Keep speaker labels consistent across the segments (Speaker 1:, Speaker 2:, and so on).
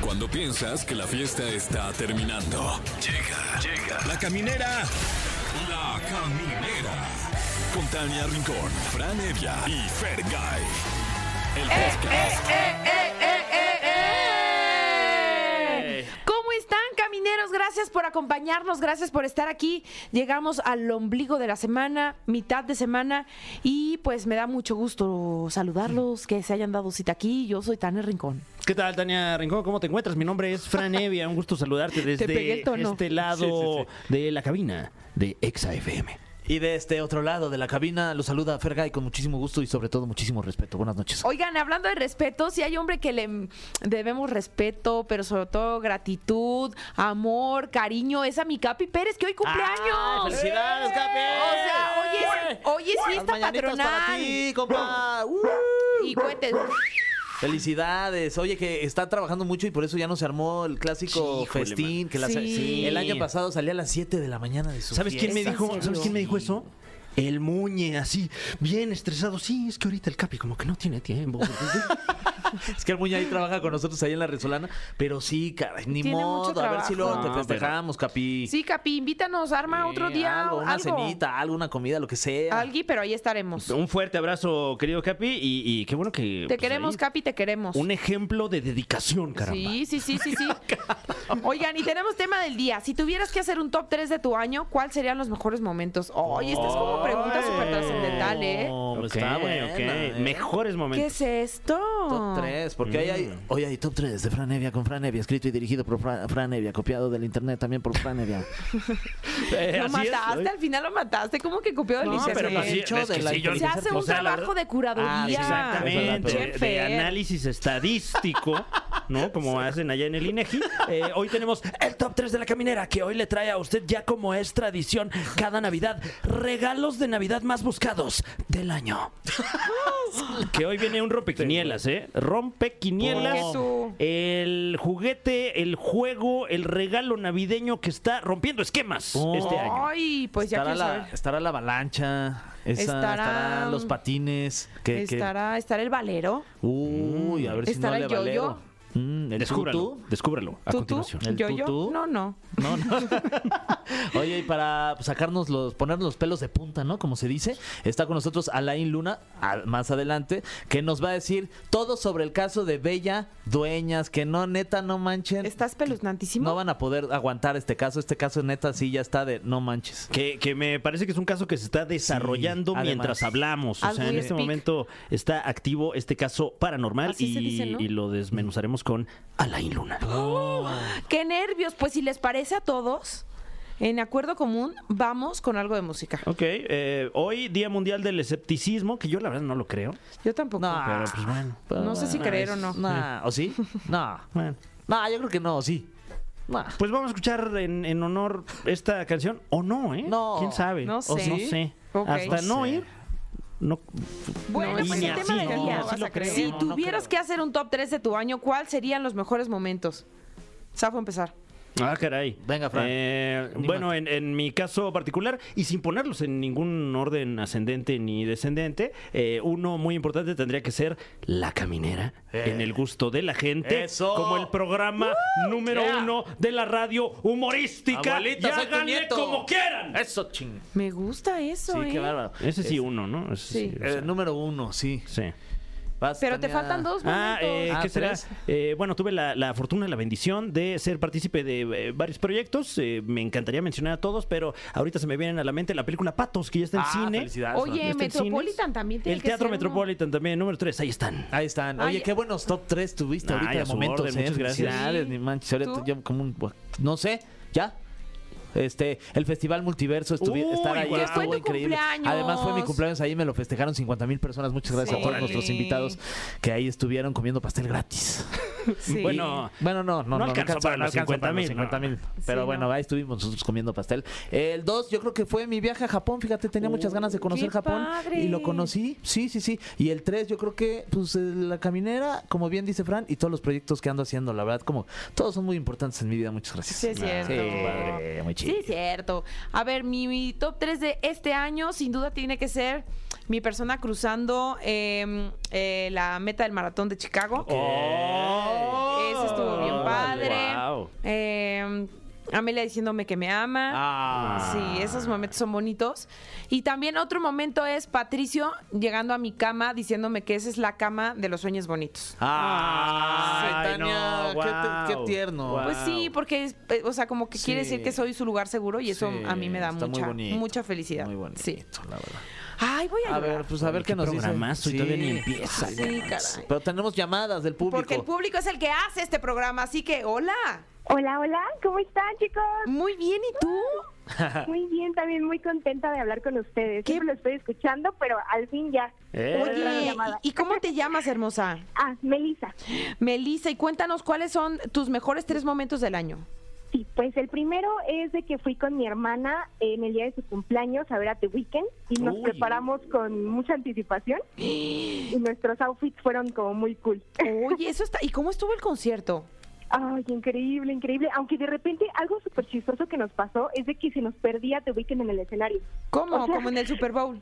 Speaker 1: Cuando piensas que la fiesta está terminando. Llega, llega. La caminera. La caminera. Con Tania Rincón, Fran Evia y Fer El podcast.
Speaker 2: ¿Cómo están, camineros? Gracias por acompañarnos, gracias por estar aquí. Llegamos al ombligo de la semana, mitad de semana, y pues me da mucho gusto saludarlos, que se hayan dado cita aquí. Yo soy Tania Rincón.
Speaker 3: ¿Qué tal, Tania Rincón? ¿Cómo te encuentras? Mi nombre es Fran Evia. Un gusto saludarte
Speaker 2: pegué
Speaker 3: desde
Speaker 2: el tono.
Speaker 3: este lado
Speaker 4: Sí,
Speaker 3: de la cabina de Exa FM.
Speaker 4: Y de este otro lado de la cabina los saluda Fergay con muchísimo gusto y sobre todo muchísimo respeto. Buenas noches.
Speaker 2: Oigan, hablando de respeto, si hay hombre que le debemos respeto, pero sobre todo gratitud, amor, cariño, es a mi Capi Pérez, que hoy cumpleaños.
Speaker 3: ¡Ah, ¡Felicidades, Capi!
Speaker 2: O sea, hoy es, hoy es
Speaker 4: Las
Speaker 2: fiesta
Speaker 4: mañanitas
Speaker 2: patronal.
Speaker 4: para ti, compa. ¡Uh!
Speaker 2: Y cohetes.
Speaker 4: Felicidades. Oye, que está trabajando mucho y por eso ya no se armó el clásico
Speaker 3: Híjole,
Speaker 4: festín. Que las-
Speaker 2: Sí.
Speaker 4: El año pasado salía a las 7 de la mañana de su
Speaker 3: ¿Sabes quién me
Speaker 2: ¿Es en
Speaker 3: dijo?
Speaker 2: serio?
Speaker 3: ¿Sabes quién me dijo eso? El muñe, así, bien estresado. Sí, es que ahorita el Capi como que no tiene tiempo.
Speaker 4: Es que el Muña ahí trabaja con nosotros ahí en la Resolana. Pero sí, caray, ni
Speaker 2: Tiene mucho
Speaker 4: modo. A ver si luego
Speaker 3: trabajo.
Speaker 4: te
Speaker 3: No, pero-
Speaker 4: festejamos, Capi.
Speaker 2: Sí, Capi, invítanos, arma
Speaker 4: Eh,
Speaker 2: Ah, otro día
Speaker 4: algo,
Speaker 2: algo.
Speaker 4: una cenita, algo, una comida, lo que sea.
Speaker 2: Algui, pero ahí estaremos.
Speaker 3: Un fuerte abrazo, querido Capi, y, y qué bueno que...
Speaker 2: Te
Speaker 3: pues,
Speaker 2: queremos,
Speaker 3: ahí-
Speaker 2: Capi, te queremos.
Speaker 3: Un ejemplo de dedicación, caramba.
Speaker 2: Sí, sí, sí, sí, sí. Oigan, y tenemos tema del día. Si tuvieras que hacer un top 3 de tu año, ¿cuáles serían los mejores momentos? Ay, esta es como pregunta súper
Speaker 3: Ay.
Speaker 2: trascendental, ¿eh?
Speaker 4: No, pues
Speaker 3: Ok,
Speaker 4: está buena,
Speaker 3: ok.
Speaker 4: ¿eh?
Speaker 3: Mejores
Speaker 2: ¿Qué
Speaker 3: momentos.
Speaker 2: es esto?
Speaker 4: Top 3, porque hoy, hay, hoy hay top 3 de Fran Evia con Fran Evia, escrito y dirigido por Fra- Fran Evia, copiado del internet también por Fran Evia.
Speaker 3: Eh,
Speaker 2: Lo
Speaker 3: así es,
Speaker 2: mataste,
Speaker 3: ¿no?
Speaker 2: al final lo mataste. ¿Cómo que copió del
Speaker 4: No,
Speaker 2: internet?
Speaker 4: pero así- hecho de la
Speaker 2: Se hace un
Speaker 3: o sea, la
Speaker 2: trabajo
Speaker 3: verdad-
Speaker 2: de curaduría.
Speaker 4: Ah, sí,
Speaker 3: Exactamente,
Speaker 4: Bien
Speaker 3: de,
Speaker 2: Fer.
Speaker 3: análisis estadístico, ¿no? Como hacen allá en el INEGI. Eh, hoy tenemos el top 3 de la caminera que hoy le trae a usted ya como es tradición cada Navidad, regalos de Navidad más verdad
Speaker 5: buscados.
Speaker 3: del año. que hoy viene un rompequinielas, ¿eh? Rompequinielas.
Speaker 2: Oh.
Speaker 3: El juguete, el juego, el regalo navideño que está rompiendo esquemas
Speaker 4: Oh.
Speaker 3: este año.
Speaker 2: Ay, pues ya
Speaker 4: estará,
Speaker 2: quiero
Speaker 4: la,
Speaker 2: saber.
Speaker 4: estará la avalancha, esa-
Speaker 2: Estará-
Speaker 4: estarán los patines. Que, que-
Speaker 2: ¿Estará, ¿Estará el valero?
Speaker 4: uy, a ver si no
Speaker 2: ¿Estará
Speaker 4: le
Speaker 2: el yo-yo?
Speaker 4: valero. Mm, ¿El
Speaker 3: Descúbralo,
Speaker 4: tutú?
Speaker 3: descúbralo a
Speaker 2: ¿Tú, tú?
Speaker 3: continuación.
Speaker 4: ¿El
Speaker 2: ¿Yo, yo?
Speaker 4: tutú?
Speaker 2: No, no.
Speaker 4: No, no. Oye, y para sacarnos los, ponernos los pelos de punta, ¿no? Como se dice, está con nosotros Alain Luna, al- más adelante, que nos va a decir todo sobre el caso de Bella Dueñas, que no, neta, no manchen.
Speaker 2: Estás peluznantísimo.
Speaker 4: No van a poder aguantar este caso. Este caso, neta, sí ya está de no manches.
Speaker 3: Que, que me parece que es un caso que se está desarrollando
Speaker 4: además.
Speaker 3: mientras hablamos. O
Speaker 2: As
Speaker 3: sea, en
Speaker 2: we
Speaker 3: este
Speaker 2: speak.
Speaker 3: momento está activo este caso paranormal
Speaker 2: Así se
Speaker 3: y,
Speaker 2: dice, ¿no?
Speaker 3: y lo desmenuzaremos con Alain Luna.
Speaker 4: Oh.
Speaker 2: Qué nervios. Pues si les parece a todos, en acuerdo común, vamos con algo de música.
Speaker 3: Ok, eh, hoy Día Mundial del Escepticismo, que yo la verdad no lo creo.
Speaker 2: Yo tampoco.
Speaker 3: Pero pues bueno.
Speaker 2: No sé si creer o no.
Speaker 4: Nah, ¿O sí? No.
Speaker 3: bueno.
Speaker 4: No, yo creo que no, sí. Nah.
Speaker 3: Pues vamos a escuchar en, en honor esta canción, o no, ¿eh?
Speaker 4: No.
Speaker 3: ¿Quién sabe?
Speaker 2: No
Speaker 3: O
Speaker 2: sé.
Speaker 3: No sé.
Speaker 2: Ok.
Speaker 3: Hasta no,
Speaker 4: No sé.
Speaker 3: ir, no,
Speaker 2: Bueno,
Speaker 3: No,
Speaker 2: pues
Speaker 3: ni
Speaker 2: el
Speaker 3: así,
Speaker 2: tema del
Speaker 3: no,
Speaker 2: día.
Speaker 3: no vas a creer.
Speaker 2: si
Speaker 4: No, no
Speaker 2: tuvieras
Speaker 4: creo.
Speaker 2: que hacer un top 3 de tu año, ¿cuáles serían los mejores momentos? Safo, empezar.
Speaker 3: Ah, caray.
Speaker 4: Venga, Fran.
Speaker 3: Eh, bueno, en, en mi caso particular, y sin ponerlos en ningún orden ascendente ni descendente, eh, uno muy importante tendría que ser La Caminera, en el gusto de la gente,
Speaker 4: Eh. Eso.
Speaker 3: como el programa número
Speaker 4: Yeah.
Speaker 3: uno de la radio humorística.
Speaker 4: Abuelita,
Speaker 3: y
Speaker 4: soy tu
Speaker 3: háganle
Speaker 4: nieto.
Speaker 3: como quieran.
Speaker 4: Eso, ching.
Speaker 2: Me gusta eso,
Speaker 4: Sí,
Speaker 2: ¿eh?
Speaker 4: qué bárbaro.
Speaker 3: Ese sí, uno, ¿no? Ese
Speaker 2: Sí.
Speaker 3: o sea,
Speaker 4: Eh, número uno, sí.
Speaker 3: sí.
Speaker 4: Vas,
Speaker 2: Pero te
Speaker 4: Tania.
Speaker 2: faltan dos
Speaker 3: Ah,
Speaker 2: momentos.
Speaker 3: eh,
Speaker 4: Ah,
Speaker 3: ¿qué será?
Speaker 4: tres.
Speaker 3: Eh, bueno, tuve la, la fortuna y la bendición de ser partícipe de eh, varios proyectos. Eh, me encantaría mencionar a todos, pero ahorita se me vienen a la mente la película Patos, que ya está en
Speaker 4: Ah,
Speaker 3: cine.
Speaker 4: felicidades, Fran.
Speaker 3: Ya
Speaker 2: Oye,
Speaker 3: está en
Speaker 2: Metropolitan
Speaker 3: cines.
Speaker 2: también tiene
Speaker 3: El
Speaker 2: que
Speaker 3: Teatro
Speaker 2: ser uno.
Speaker 3: Metropolitan también, número 3, ahí están.
Speaker 4: Ahí están. Oye,
Speaker 2: Ay,
Speaker 4: qué buenos top 3 tuviste
Speaker 3: Ay,
Speaker 4: ahorita
Speaker 3: a
Speaker 4: de
Speaker 3: su
Speaker 4: momentos.
Speaker 3: orden,
Speaker 4: ¿eh?
Speaker 3: muchas gracias.
Speaker 4: Felicidades,
Speaker 2: Sí.
Speaker 4: ni manches. Ahorita
Speaker 2: ¿Tú?
Speaker 4: yo como un- pues, No sé, ya. Este, el Festival Multiverso estuvi,
Speaker 3: Uy,
Speaker 4: estar ahí
Speaker 3: guau.
Speaker 4: estuvo
Speaker 2: Fue tu
Speaker 4: increíble.
Speaker 2: cumpleaños.
Speaker 4: Además fue mi cumpleaños ahí, me lo festejaron 50 mil personas. Muchas gracias a todos
Speaker 2: Órale.
Speaker 4: nuestros invitados que ahí estuvieron comiendo pastel gratis.
Speaker 2: Sí.
Speaker 3: Bueno,
Speaker 4: Bueno, no,
Speaker 3: No
Speaker 4: no, no,
Speaker 3: alcanzó para los 50,000,
Speaker 4: 50 mil.
Speaker 2: Sí,
Speaker 4: Pero bueno,
Speaker 2: no.
Speaker 4: ahí estuvimos nosotros comiendo pastel. El 2, yo creo que fue mi viaje a Japón. Fíjate, tenía muchas ganas de conocer
Speaker 2: Oh, qué
Speaker 4: Japón
Speaker 2: padre.
Speaker 4: y lo conocí. Sí, sí, sí. Y el 3, yo creo que, pues, eh, la caminera, como bien dice Fran, y todos los proyectos que ando haciendo, la verdad, como todos son muy importantes en mi vida. Muchas gracias.
Speaker 2: Sí, es cierto.
Speaker 4: Sí, padre, muy chido.
Speaker 2: Sí, cierto. A ver, mi, mi top 3 de este año sin duda tiene que ser mi persona cruzando em, eh, eh, la meta del maratón de Chicago.
Speaker 3: Oh.
Speaker 2: Ese estuvo bien
Speaker 3: Oh, momento?
Speaker 2: Eh, Amelia diciéndome que me ama.
Speaker 4: Ah.
Speaker 2: Sí, esos momentos son bonitos. Y también otro momento es Patricio llegando a mi cama diciéndome que esa es la cama de los sueños bonitos.
Speaker 4: Ay,
Speaker 3: Ay, no,
Speaker 4: Tania, qué, te- qué
Speaker 3: guau,
Speaker 4: tierno.
Speaker 3: guau.
Speaker 2: Pues sí, porque, es, eh, o sea, como que
Speaker 4: Sí.
Speaker 2: quiere decir que soy su lugar seguro y eso
Speaker 4: Sí,
Speaker 2: a mí me da
Speaker 4: está muy
Speaker 2: mucha,
Speaker 4: bonito,
Speaker 2: mucha felicidad.
Speaker 4: Muy bonito,
Speaker 2: Sí.
Speaker 4: la verdad.
Speaker 2: Ay, voy a,
Speaker 4: A
Speaker 2: llorar. Ah,
Speaker 4: ver, pues a ver qué, nos dice.
Speaker 3: programazo, y todavía ni empieza.
Speaker 2: Sí, caray.
Speaker 4: Pero tenemos llamadas del público.
Speaker 2: Porque el público es el que hace este programa, así que hola.
Speaker 5: Hola, hola, ¿cómo están chicos?
Speaker 2: Muy bien, ¿y tú?
Speaker 5: Muy bien, también muy contenta de hablar con ustedes. Siempre lo estoy escuchando, pero al fin ya.
Speaker 3: Eh.
Speaker 5: Otra
Speaker 2: Oye,
Speaker 5: llamada.
Speaker 2: ¿y cómo te llamas, hermosa?
Speaker 5: Ah, Melissa.
Speaker 2: Melissa, y cuéntanos cuáles son tus mejores tres momentos del año.
Speaker 5: Sí, pues el primero es de que fui con mi hermana en el día de su cumpleaños a ver a The Weeknd y nos
Speaker 3: Uy.
Speaker 5: preparamos con mucha anticipación y nuestros outfits fueron como muy cool.
Speaker 2: Oye, eso está. ¿Y cómo estuvo el concierto?
Speaker 5: Ay, increíble, increíble. Aunque de repente algo súper chistoso que nos pasó es de que se nos perdía The Weeknd en el escenario.
Speaker 2: ¿Cómo?
Speaker 5: O sea,
Speaker 2: Como en el Super Bowl.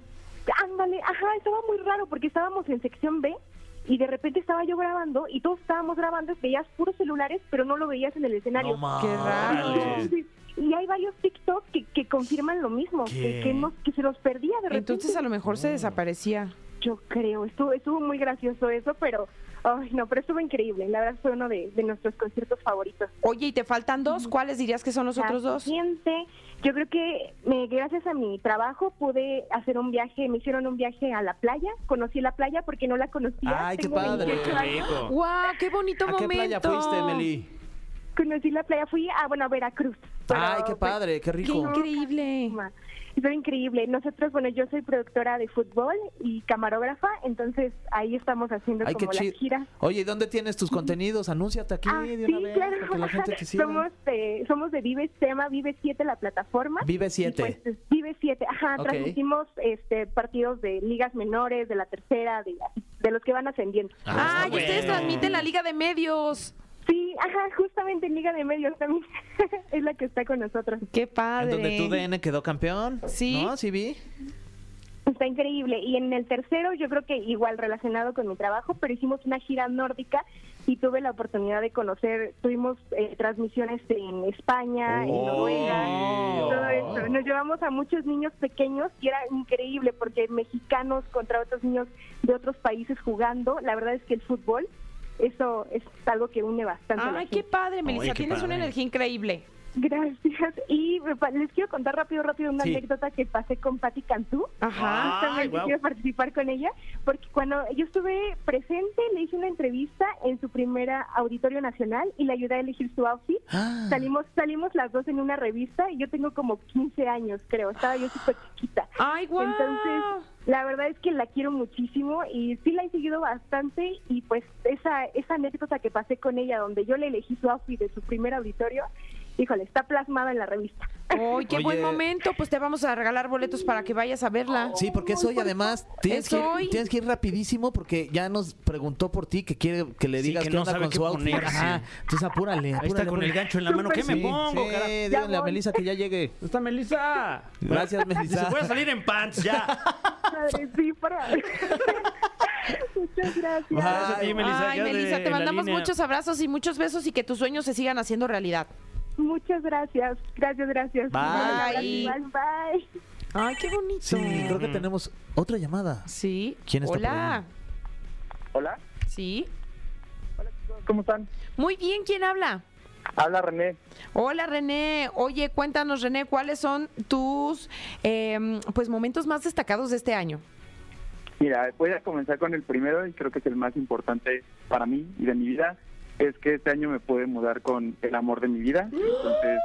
Speaker 5: Ándale, ajá, estaba muy raro porque estábamos en sección B y de repente estaba yo grabando y todos estábamos grabando, veías puros celulares, pero no lo veías en el escenario.
Speaker 4: No mames.
Speaker 2: Qué raro.
Speaker 3: Órale.
Speaker 5: Entonces, y hay varios TikTok que, que confirman lo mismo,
Speaker 4: ¿Qué?
Speaker 5: que, que nos- que se los perdía de repente.
Speaker 2: Entonces a lo mejor
Speaker 4: Mm.
Speaker 2: se desaparecía.
Speaker 5: Yo creo, estuvo, estuvo muy gracioso eso, pero ay, no, pero estuvo increíble. La verdad fue uno de, de nuestros conciertos favoritos.
Speaker 2: Oye, ¿y te faltan dos? ¿Cuáles dirías que son los otros
Speaker 5: La
Speaker 2: dos?
Speaker 5: siguiente, yo creo que me- gracias a mi trabajo pude hacer un viaje, me hicieron un viaje a la playa, conocí la playa porque no la conocía.
Speaker 4: Ay, qué
Speaker 5: Tengo
Speaker 4: padre.
Speaker 5: 28 años.
Speaker 2: ¡Guau! ¡Qué bonito
Speaker 4: ¿A qué
Speaker 2: momento!
Speaker 4: playa fuiste, Meli?
Speaker 5: Conocí la playa, fui a, bueno, a Veracruz. pero pues,
Speaker 4: Ay, qué
Speaker 5: fue
Speaker 4: padre, qué
Speaker 2: ¡Qué
Speaker 4: rico.
Speaker 2: increíble!
Speaker 5: buenísima. Fue increíble. Nosotros, bueno, yo soy productora de fútbol y camarógrafa, entonces ahí estamos haciendo
Speaker 4: Ay, qué
Speaker 5: como las
Speaker 4: chido.
Speaker 5: giras.
Speaker 4: Oye, ¿y dónde tienes tus contenidos? Anúnciate aquí
Speaker 5: Ah,
Speaker 4: de
Speaker 5: sí,
Speaker 4: una vez
Speaker 5: claro.
Speaker 4: para que la gente te siga.
Speaker 5: Somos de, somos de Vive Tema, Vive 7 la plataforma.
Speaker 4: Vive 7.
Speaker 5: Y, pues, Vive 7, ajá,
Speaker 4: Ok.
Speaker 5: transmitimos este partidos de ligas menores, de la tercera, de, la- de los que van ascendiendo.
Speaker 4: Ah,
Speaker 2: ¡Ay, ustedes
Speaker 3: bueno.
Speaker 2: transmiten la Liga de Medios!
Speaker 5: Sí, ajá, justamente en Liga de Medios también es la que está con nosotros.
Speaker 2: ¡Qué padre!
Speaker 4: En donde tu DN quedó campeón.
Speaker 2: Sí.
Speaker 4: ¿No? Sí vi.
Speaker 5: Está increíble. Y en el tercero, yo creo que igual relacionado con mi trabajo, pero hicimos una gira nórdica y tuve la oportunidad de conocer, tuvimos eh, transmisiones en España, en Noruega,
Speaker 4: Oh.
Speaker 5: todo eso. Nos llevamos a muchos niños pequeños y era increíble porque mexicanos contra otros niños de otros países jugando. La verdad es que el fútbol, eso es algo que une bastante. a la
Speaker 2: ¡Ay, qué
Speaker 5: gente.
Speaker 2: padre, Melissa!
Speaker 3: qué
Speaker 2: Tienes una
Speaker 3: padre.
Speaker 2: energía increíble.
Speaker 5: Gracias. Y me pa- les quiero contar rápido, rápido una
Speaker 4: Sí.
Speaker 5: anécdota que pasé con Patti Cantú.
Speaker 2: Ajá.
Speaker 5: También
Speaker 3: guau.
Speaker 5: quiero participar con ella, porque cuando yo estuve presente, le hice una entrevista en su primera Auditorio Nacional y le ayudé a elegir su outfit.
Speaker 4: Ah.
Speaker 5: Salimos, salimos las dos en una revista y yo tengo como 15 años, creo. Estaba yo súper chiquita.
Speaker 4: Ah,
Speaker 2: ¡Ay, guau!
Speaker 5: Entonces, la verdad es que la quiero muchísimo y sí la he seguido bastante y pues esa, esa anécdota que pasé con ella donde yo le elegí su outfit de su primer auditorio, híjole, está plasmada en la revista.
Speaker 2: ¡Ay, qué buen
Speaker 4: Oye.
Speaker 2: momento! Pues te vamos a regalar boletos para que vayas a verla.
Speaker 4: Sí, pues, porque es hoy además. Tienes,
Speaker 2: Es
Speaker 4: que ir,
Speaker 2: hoy.
Speaker 4: tienes que ir rapidísimo porque ya nos preguntó por ti que quiere que le
Speaker 3: Sí,
Speaker 4: digas
Speaker 3: que
Speaker 4: qué
Speaker 3: no
Speaker 4: onda
Speaker 3: sabe
Speaker 4: con
Speaker 3: qué
Speaker 4: su outfit.
Speaker 3: ponerse.
Speaker 4: Ajá. Entonces apúrale,
Speaker 3: Ahí está
Speaker 4: apúrale,
Speaker 3: con el
Speaker 4: apúrale.
Speaker 3: gancho en la mano. ¿Qué me
Speaker 4: Sí,
Speaker 3: pongo,
Speaker 4: sí,
Speaker 3: carajo?
Speaker 4: díganle a
Speaker 5: voy.
Speaker 4: Melissa que ya llegue.
Speaker 3: Está Melissa.
Speaker 4: Gracias, Melissa.
Speaker 3: Se puede salir en pants ya.
Speaker 5: Madre, sí, para- Muchas gracias.
Speaker 4: Bye.
Speaker 3: Gracias a ti, Melissa.
Speaker 2: Ay,
Speaker 3: quédate
Speaker 2: Melissa, te
Speaker 3: en la
Speaker 2: mandamos
Speaker 3: línea.
Speaker 2: muchos abrazos y muchos besos y que tus sueños se sigan haciendo realidad.
Speaker 5: Muchas gracias. Gracias, gracias.
Speaker 4: Bye.
Speaker 5: Un abrazo igual, Bye.
Speaker 2: Ay, qué bonito.
Speaker 4: Sí, creo que tenemos otra llamada.
Speaker 2: Sí.
Speaker 4: ¿Quién está por
Speaker 2: Hola.
Speaker 6: Hola,
Speaker 2: Sí.
Speaker 6: ¿cómo están?
Speaker 2: Muy bien, ¿quién habla?
Speaker 6: Habla René.
Speaker 2: Hola René, oye, cuéntanos René, ¿cuáles son tus eh, pues momentos más destacados de este año?
Speaker 6: Mira, voy a comenzar con el primero y creo que es el más importante para mí y de mi vida. Es que este año me pude mudar con el amor de mi vida. Entonces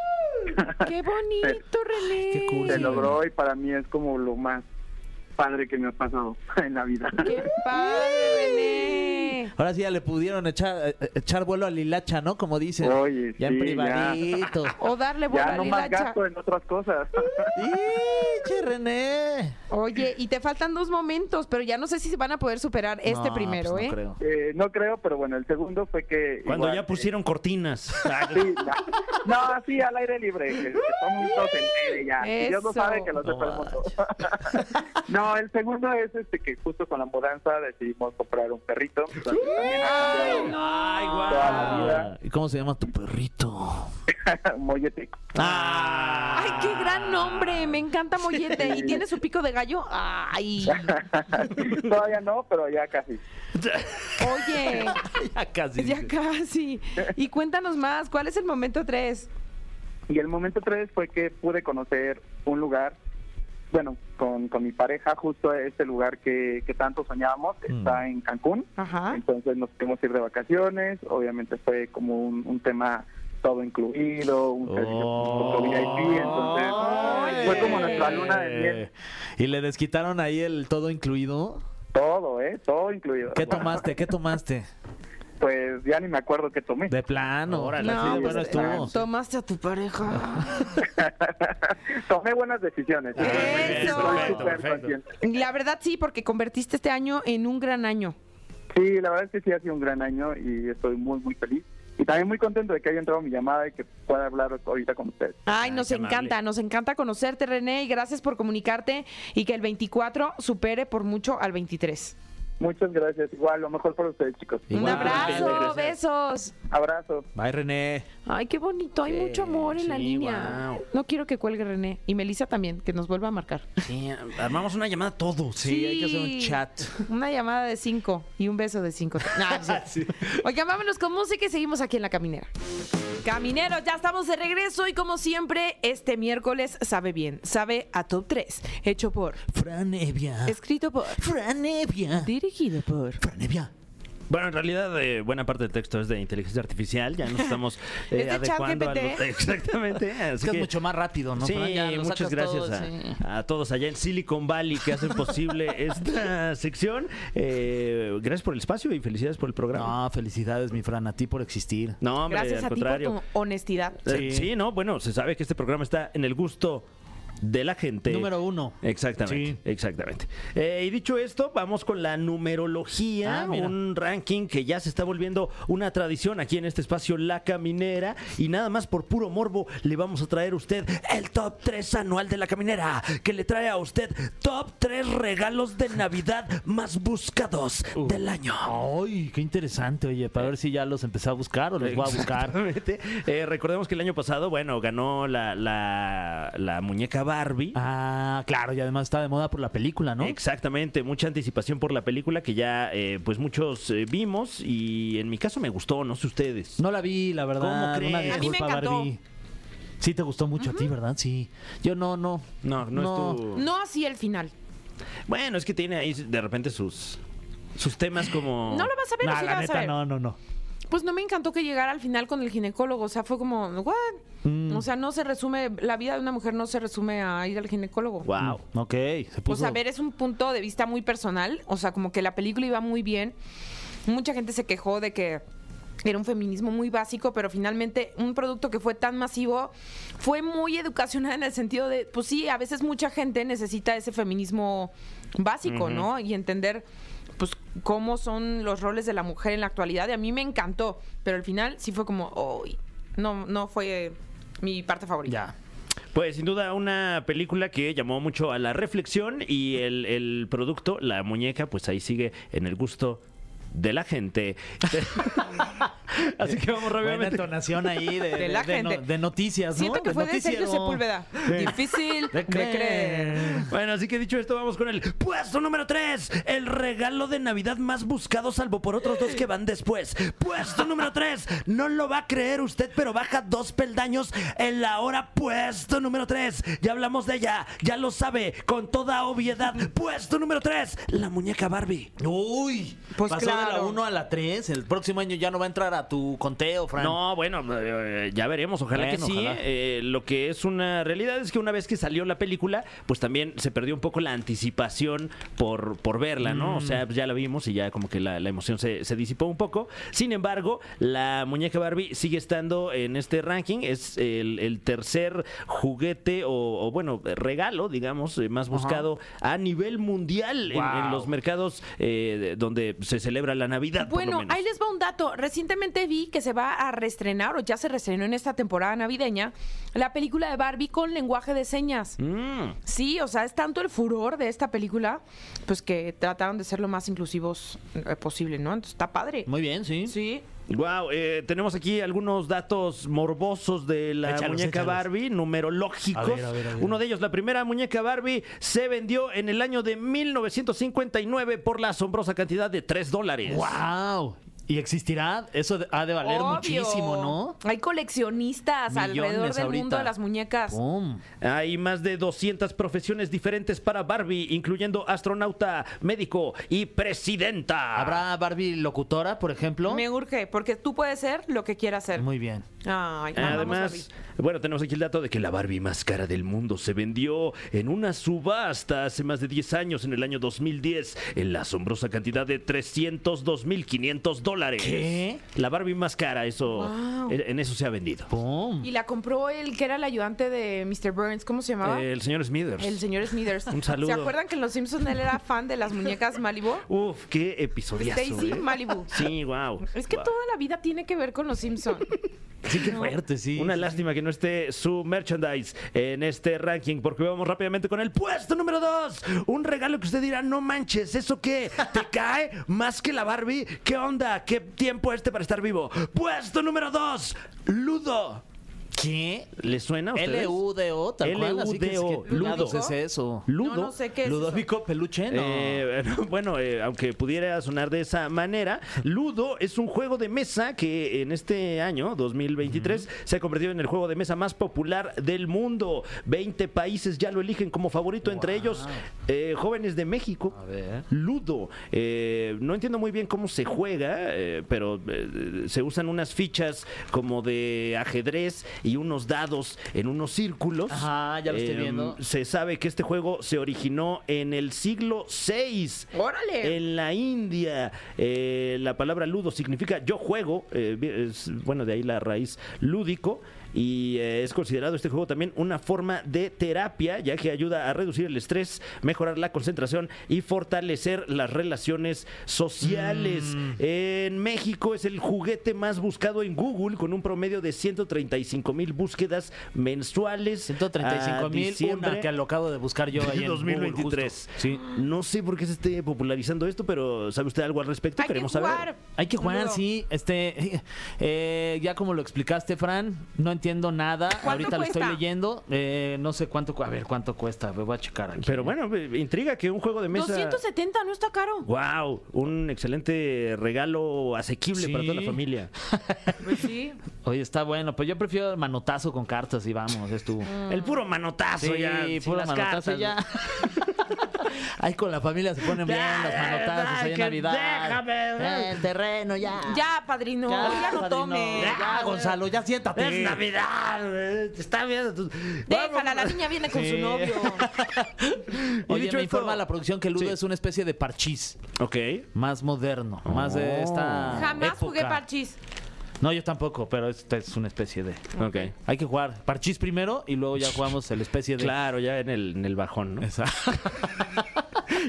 Speaker 2: Qué bonito René.
Speaker 4: Qué cool.
Speaker 6: se
Speaker 4: Sí.
Speaker 6: logró y para mí es como lo más padre que me ha pasado en la vida.
Speaker 2: Qué padre René.
Speaker 4: Ahora sí ya le pudieron echar, eh, echar vuelo a Lilacha, ¿no? Como dicen.
Speaker 6: Oye,
Speaker 4: ya en
Speaker 6: sí,
Speaker 4: privadito.
Speaker 2: O darle
Speaker 6: Ya
Speaker 2: buena
Speaker 6: no más gasto en otras cosas.
Speaker 4: ¡Y, che, René!
Speaker 2: Oye, y te faltan dos momentos, pero ya no sé si se van a poder superar este
Speaker 4: No,
Speaker 2: primero,
Speaker 4: pues
Speaker 2: ¿eh?
Speaker 4: No creo.
Speaker 6: Eh, no creo, pero bueno, el segundo fue que...
Speaker 3: Cuando
Speaker 6: igual,
Speaker 3: ya pusieron cortinas.
Speaker 6: eh, sí, la- no, sí, al aire libre. Que, que todo el mundo se entere ya. Si Dios no
Speaker 2: Eso.
Speaker 6: sabe que lo sepa el
Speaker 4: No
Speaker 6: mundo. No, el segundo es este que justo con la mudanza decidimos comprar un perrito. Entonces, también ha cambiado
Speaker 3: ¡Ay,
Speaker 6: toda la vida.
Speaker 4: ¿Y ¿Cómo se llama tu perrito?
Speaker 6: Mollete.
Speaker 4: ¡Ah!
Speaker 2: Ay, qué gran nombre. Me encanta Mollete. ¿Y tiene su pico de gallo? Ay.
Speaker 6: Todavía no, pero ya casi.
Speaker 2: Oye,
Speaker 4: Ya casi.
Speaker 2: ya
Speaker 4: dice.
Speaker 2: casi. Y cuéntanos más, ¿cuál es el momento 3?
Speaker 6: Y el momento tres fue que pude conocer un lugar, bueno, con, con mi pareja, justo este lugar que, que tanto soñábamos,
Speaker 4: Mm.
Speaker 6: está en Cancún.
Speaker 2: Ajá.
Speaker 6: Entonces nos pudimos ir de vacaciones, obviamente fue como un, un tema todo incluido, un servicio
Speaker 4: Oh.
Speaker 6: un poco VIP, entonces fue como nuestra luna de miel.
Speaker 4: Y le desquitaron ahí el todo incluido.
Speaker 6: Todo, ¿eh? Todo incluido.
Speaker 4: ¿Qué tomaste? ¿Qué tomaste?
Speaker 6: Pues ya ni me acuerdo qué tomé.
Speaker 4: De plano.
Speaker 3: Órale,
Speaker 4: No,
Speaker 3: sí,
Speaker 4: bueno,
Speaker 2: pues,
Speaker 4: estuvo.
Speaker 2: Tomaste a tu pareja.
Speaker 6: tomé buenas decisiones.
Speaker 4: Ah,
Speaker 2: Eso.
Speaker 6: Soy
Speaker 2: Perfecto,
Speaker 6: súper
Speaker 3: perfecto.
Speaker 6: consciente.
Speaker 2: La verdad sí, porque convertiste este año en un gran año.
Speaker 6: Sí, la verdad es que sí ha sido un gran año y estoy muy, muy feliz. Y también muy contento de que haya entrado mi llamada y que pueda hablar ahorita con ustedes.
Speaker 2: Ay,
Speaker 3: Ay,
Speaker 2: nos
Speaker 3: qué amable.
Speaker 2: encanta, nos encanta conocerte, René, y gracias por comunicarte y que el 24 supere por mucho al 23.
Speaker 6: Muchas gracias. Igual, lo mejor para ustedes, chicos.
Speaker 2: Un
Speaker 4: Igual.
Speaker 2: abrazo,
Speaker 3: Gracias.
Speaker 2: besos.
Speaker 6: Abrazo.
Speaker 4: Bye, René.
Speaker 2: Ay, qué bonito, hay mucho amor en la
Speaker 3: sí,
Speaker 2: línea.
Speaker 3: guau.
Speaker 2: No quiero que cuelgue René y Melissa también, que nos vuelva a marcar.
Speaker 3: Sí, armamos una llamada todos.
Speaker 4: Sí, hay que hacer un chat.
Speaker 2: Una llamada de cinco y un beso de cinco. Nah, no es cierto. Oigan, vámonos con música y seguimos aquí en La Caminera. Camineros, ya estamos de regreso y como siempre, este miércoles sabe bien, sabe a top 3. Hecho por,
Speaker 4: Fran Evia.
Speaker 2: escrito por,
Speaker 4: Fran Evia.
Speaker 2: dirigido por.
Speaker 4: Fran Evia.
Speaker 3: Bueno, en realidad eh, buena parte del texto es de inteligencia artificial, ya nos estamos eh,
Speaker 2: Es de
Speaker 3: adecuando a
Speaker 2: ChatGPT.
Speaker 3: los- exactamente.
Speaker 4: Es
Speaker 3: Así
Speaker 4: que es
Speaker 3: que-
Speaker 4: mucho más rápido, ¿no?
Speaker 3: Sí,
Speaker 4: Fran? Ya lo
Speaker 3: muchas
Speaker 4: sacas
Speaker 3: gracias
Speaker 4: todo,
Speaker 3: a,
Speaker 4: sí.
Speaker 3: a todos allá en Silicon Valley que hacen posible esta sección. Eh, gracias por el espacio y felicidades por el programa.
Speaker 4: No, felicidades, mi Fran, a ti por existir.
Speaker 3: No, hombre,
Speaker 2: Gracias
Speaker 3: al
Speaker 2: a ti por
Speaker 3: contrario.
Speaker 2: tu honestidad.
Speaker 4: Sí.
Speaker 3: Eh, Sí. no, bueno, se sabe que este programa está en el gusto de la gente.
Speaker 4: Número uno.
Speaker 3: Exactamente, exactamente. Eh, y dicho esto, vamos con la numerología,
Speaker 4: Ah, mira.
Speaker 3: un ranking que ya se está volviendo una tradición aquí en este espacio La Caminera. Y nada más por puro morbo le vamos a traer a usted el top 3 anual de La Caminera, que le trae a usted top 3 regalos de Navidad más buscados
Speaker 4: Uh.
Speaker 3: del año.
Speaker 4: Ay, qué interesante, oye, para ver si ya los empecé a buscar o los voy a buscar.
Speaker 3: Exactamente. Eh, recordemos que el año pasado, bueno, ganó la, la, la muñeca Barbie.
Speaker 4: Ah, claro, y además está de moda por la película, ¿no?
Speaker 3: Exactamente, mucha anticipación por la película que ya eh, pues muchos eh, vimos y en mi caso me gustó, no sé ustedes.
Speaker 4: No la vi, la verdad.
Speaker 3: ¿Cómo crees?
Speaker 4: Una
Speaker 3: A mí me
Speaker 4: disculpa,
Speaker 2: encantó.
Speaker 4: Barbie. Sí, te gustó mucho a ti, ¿verdad? Sí. Yo no, no.
Speaker 3: No, no, es tu...
Speaker 2: No así el final.
Speaker 3: Bueno, es que tiene ahí de repente sus sus temas como...
Speaker 2: No lo vas a ver, o
Speaker 4: Nah,
Speaker 2: sí lo
Speaker 4: la
Speaker 2: vas a
Speaker 4: neta,
Speaker 2: ver.
Speaker 4: no, no, no.
Speaker 2: Pues no me encantó que llegara al final con el ginecólogo. O sea, fue como, ¿what? O sea, no se resume, la vida de una mujer no se resume a ir al ginecólogo.
Speaker 3: Wow.
Speaker 4: Mm, Ok, se
Speaker 2: Pues
Speaker 4: puso.
Speaker 2: a ver, es un punto de vista muy personal. O sea, como que la película iba muy bien. Mucha gente se quejó de que era un feminismo muy básico, pero finalmente un producto que fue tan masivo fue muy educacional en el sentido de, pues sí, a veces mucha gente necesita ese feminismo básico, ¿no? Y entender pues cómo son los roles de la mujer en la actualidad. Y a mí me encantó, pero al final sí fue como, "Uy, no, no fue eh, mi parte favorita.
Speaker 4: Ya.
Speaker 3: Pues sin duda una película que llamó mucho a la reflexión y el, el producto, la muñeca, pues ahí sigue en el gusto de la gente. Así que vamos
Speaker 4: Buena
Speaker 3: rápidamente.
Speaker 4: entonación ahí de,
Speaker 2: De la
Speaker 4: de- de no-
Speaker 2: gente.
Speaker 4: de noticias, ¿no?
Speaker 2: Siento que
Speaker 4: Del
Speaker 2: fue de Sergio
Speaker 4: noticiero.
Speaker 2: Sepúlveda. Difícil
Speaker 4: De creer.
Speaker 3: Bueno, así que dicho esto, vamos con el puesto número 3. El regalo de Navidad más buscado, salvo por otros dos que van después. Puesto número 3. No lo va a creer usted, pero baja dos peldaños en la hora. Puesto número 3. Ya hablamos de ella, ya lo sabe, con toda obviedad. Puesto número 3. La muñeca Barbie.
Speaker 4: Uy,
Speaker 2: Pues
Speaker 4: pasó de la
Speaker 2: claro.
Speaker 4: 1 a la 3. El próximo año ya no va a entrar a tu conteo, Fran.
Speaker 3: No, bueno, eh, ya veremos, ojalá
Speaker 4: Bueno,
Speaker 3: que sí.
Speaker 4: ojalá.
Speaker 3: Eh, lo que es una realidad es que una vez que salió la película, pues también se perdió un poco la anticipación por, por verla, ¿no?
Speaker 4: Mm.
Speaker 3: O sea, pues ya la vimos y ya como que la, la emoción se, se disipó un poco. Sin embargo, la muñeca Barbie sigue estando en este ranking, es el, el tercer juguete o, o, bueno, regalo, digamos, eh, más buscado a nivel mundial en- en,
Speaker 4: Wow.
Speaker 3: los mercados eh, de- donde se celebra para la Navidad. por lo
Speaker 2: Bueno,
Speaker 3: menos.
Speaker 2: ahí les va un dato. Recientemente vi que se va a reestrenar, o ya se reestrenó en esta temporada navideña, la película de Barbie con lenguaje de señas.
Speaker 3: Mm.
Speaker 2: Sí, o sea, es tanto el furor de esta película, pues que trataron de ser lo más inclusivos eh, posible, ¿no? Entonces está padre.
Speaker 4: Muy bien, sí.
Speaker 2: Sí.
Speaker 3: Wow, eh, tenemos aquí algunos datos morbosos de la
Speaker 4: Échalos,
Speaker 3: muñeca
Speaker 4: échalos.
Speaker 3: Barbie, numerológicos.
Speaker 4: A ver, a ver, a ver.
Speaker 3: Uno de ellos, la primera muñeca Barbie, se vendió en el año de 1959 por la asombrosa cantidad de 3 dólares.
Speaker 4: ¡Wow! ¿Y existirá? Eso de- ha de valer
Speaker 2: Obvio.
Speaker 4: muchísimo, ¿no?
Speaker 2: Hay coleccionistas alrededor
Speaker 4: Millones
Speaker 2: del
Speaker 4: ahorita.
Speaker 2: mundo de las muñecas.
Speaker 4: ¡Pum!
Speaker 3: Hay más de 200 profesiones diferentes para Barbie, incluyendo astronauta, médico y presidenta.
Speaker 4: ¿Habrá Barbie locutora, por ejemplo?
Speaker 2: Me urge, porque tú puedes ser lo que quieras ser.
Speaker 4: Muy bien. Eh,
Speaker 2: Ay, amamos
Speaker 3: Además,
Speaker 2: a
Speaker 3: bueno, tenemos aquí el dato de que la Barbie más cara del mundo se vendió en una subasta hace más de 10 años, en el año 2010, en la asombrosa cantidad de 302.500 dólares.
Speaker 4: ¿Qué?
Speaker 3: La Barbie más cara, eso,
Speaker 2: Wow.
Speaker 3: en en eso se ha vendido.
Speaker 4: ¡Pum!
Speaker 2: Barbie. Y la compró el que era el ayudante de Mr. Burns, ¿cómo se llamaba?
Speaker 3: El señor Smithers.
Speaker 2: ¿Ah? El señor Smithers.
Speaker 3: Un saludo.
Speaker 2: ¿Se acuerdan que en Los Simpsons él era fan de las muñecas Malibu?
Speaker 3: Uf, qué episodio.
Speaker 2: Stacy Malibu.
Speaker 3: Sí, wow.
Speaker 2: Es que toda la vida tiene que ver con Los Simpsons.
Speaker 4: Sí, qué fuerte, sí.
Speaker 3: Una lástima que no esté su merchandise en este ranking, porque vamos rápidamente con el puesto número 2. Un regalo que usted dirá, no manches, ¿eso qué? ¿Te cae más que la Barbie? ¿Qué onda? ¿Qué tiempo este para estar vivo? Puesto número 2, Ludo.
Speaker 4: ¿Qué?
Speaker 3: ¿Le suena a ustedes?
Speaker 4: L-U-D-O, tal cual. así que-
Speaker 3: LUDO,
Speaker 4: que nada
Speaker 2: Ludo.
Speaker 4: es eso?
Speaker 3: Ludo.
Speaker 2: No, no sé qué es
Speaker 4: ¿Ludovico Peluche? No.
Speaker 3: Eh, bueno, eh, aunque pudiera sonar de esa manera, Ludo es un juego de mesa que en este año, 2023, se ha convertido en el juego de mesa más popular del mundo. 20 países ya lo eligen como favorito, entre ellos eh, jóvenes de México.
Speaker 4: A ver.
Speaker 3: Ludo. Eh, no entiendo muy bien cómo se juega, eh, pero eh, se usan unas fichas como de ajedrez y unos dados en unos círculos. Em,
Speaker 4: Ajá, ya lo estoy viendo.
Speaker 3: Se sabe que este juego se originó en el siglo VI.
Speaker 2: ¡Órale!
Speaker 3: En la India, Eh, la palabra ludo significa yo juego, eh, es- bueno, de ahí la raíz lúdico, y eh, es considerado este juego también una forma de terapia, ya que ayuda a reducir el estrés, mejorar la concentración y fortalecer las relaciones sociales.
Speaker 4: Mm.
Speaker 3: En México es el juguete más buscado en Google, con un promedio de 135 mil búsquedas mensuales.
Speaker 4: 135
Speaker 3: a
Speaker 4: mil,
Speaker 3: Ah, diciembre
Speaker 4: una que lo acabo de buscar yo ahí en Google,
Speaker 3: 2023.
Speaker 4: justo. Sí.
Speaker 3: No sé por qué se esté popularizando esto, pero ¿sabe usted algo al respecto?
Speaker 2: Hay que
Speaker 3: Queremos
Speaker 2: jugar.
Speaker 3: saber.
Speaker 4: Hay que jugar,
Speaker 2: Ludo.
Speaker 4: sí. Este, eh, ya como lo explicaste, Fran, no entiendo nada. Ahorita lo estoy
Speaker 2: cuesta?
Speaker 4: leyendo. Eh, no sé cuánto. cu- A ver, cuánto cuesta. Me voy a checar aquí.
Speaker 3: Pero bueno, me- me intriga que un juego de mesa.
Speaker 2: 270 no está caro.
Speaker 3: Wow, un excelente regalo asequible
Speaker 4: Sí.
Speaker 3: para toda la familia.
Speaker 2: Pues sí.
Speaker 4: Oye, está bueno. Pues yo prefiero el manotazo con cartas y vamos, es tu.
Speaker 2: Ah.
Speaker 3: El puro manotazo
Speaker 4: Sí,
Speaker 3: ya. sin
Speaker 4: puro
Speaker 3: las
Speaker 4: manotazo
Speaker 3: cartas.
Speaker 4: ya. Ahí con la familia se ponen bien
Speaker 3: Ya,
Speaker 4: los
Speaker 3: ya,
Speaker 4: manotazos
Speaker 3: ya,
Speaker 4: ahí en
Speaker 3: que
Speaker 4: Navidad.
Speaker 3: déjame.
Speaker 4: Eh, El terreno ya.
Speaker 2: Ya, padrino. Ya, no
Speaker 4: padrino.
Speaker 2: tome.
Speaker 4: Ya, Gonzalo, ya
Speaker 3: Es
Speaker 4: siéntate.
Speaker 3: Navidad, eh, te está viendo. tu-
Speaker 2: Déjala,
Speaker 3: Vamos.
Speaker 2: la niña viene con su
Speaker 4: Sí.
Speaker 2: novio.
Speaker 3: Y
Speaker 4: Oye,
Speaker 3: dicho
Speaker 4: me
Speaker 3: esto-
Speaker 4: informa la producción que Ludo
Speaker 3: Sí.
Speaker 4: es una especie de parchís
Speaker 3: Ok.
Speaker 4: más moderno, más
Speaker 3: Oh.
Speaker 4: de esta
Speaker 2: Jamás
Speaker 4: época.
Speaker 2: jugué parchís.
Speaker 4: No, yo tampoco, pero esta es una especie de...
Speaker 3: Ok.
Speaker 4: Hay que jugar parchís primero y luego ya jugamos el especie de...
Speaker 3: Claro, ya en el, en el bajón, ¿no?
Speaker 4: Esa.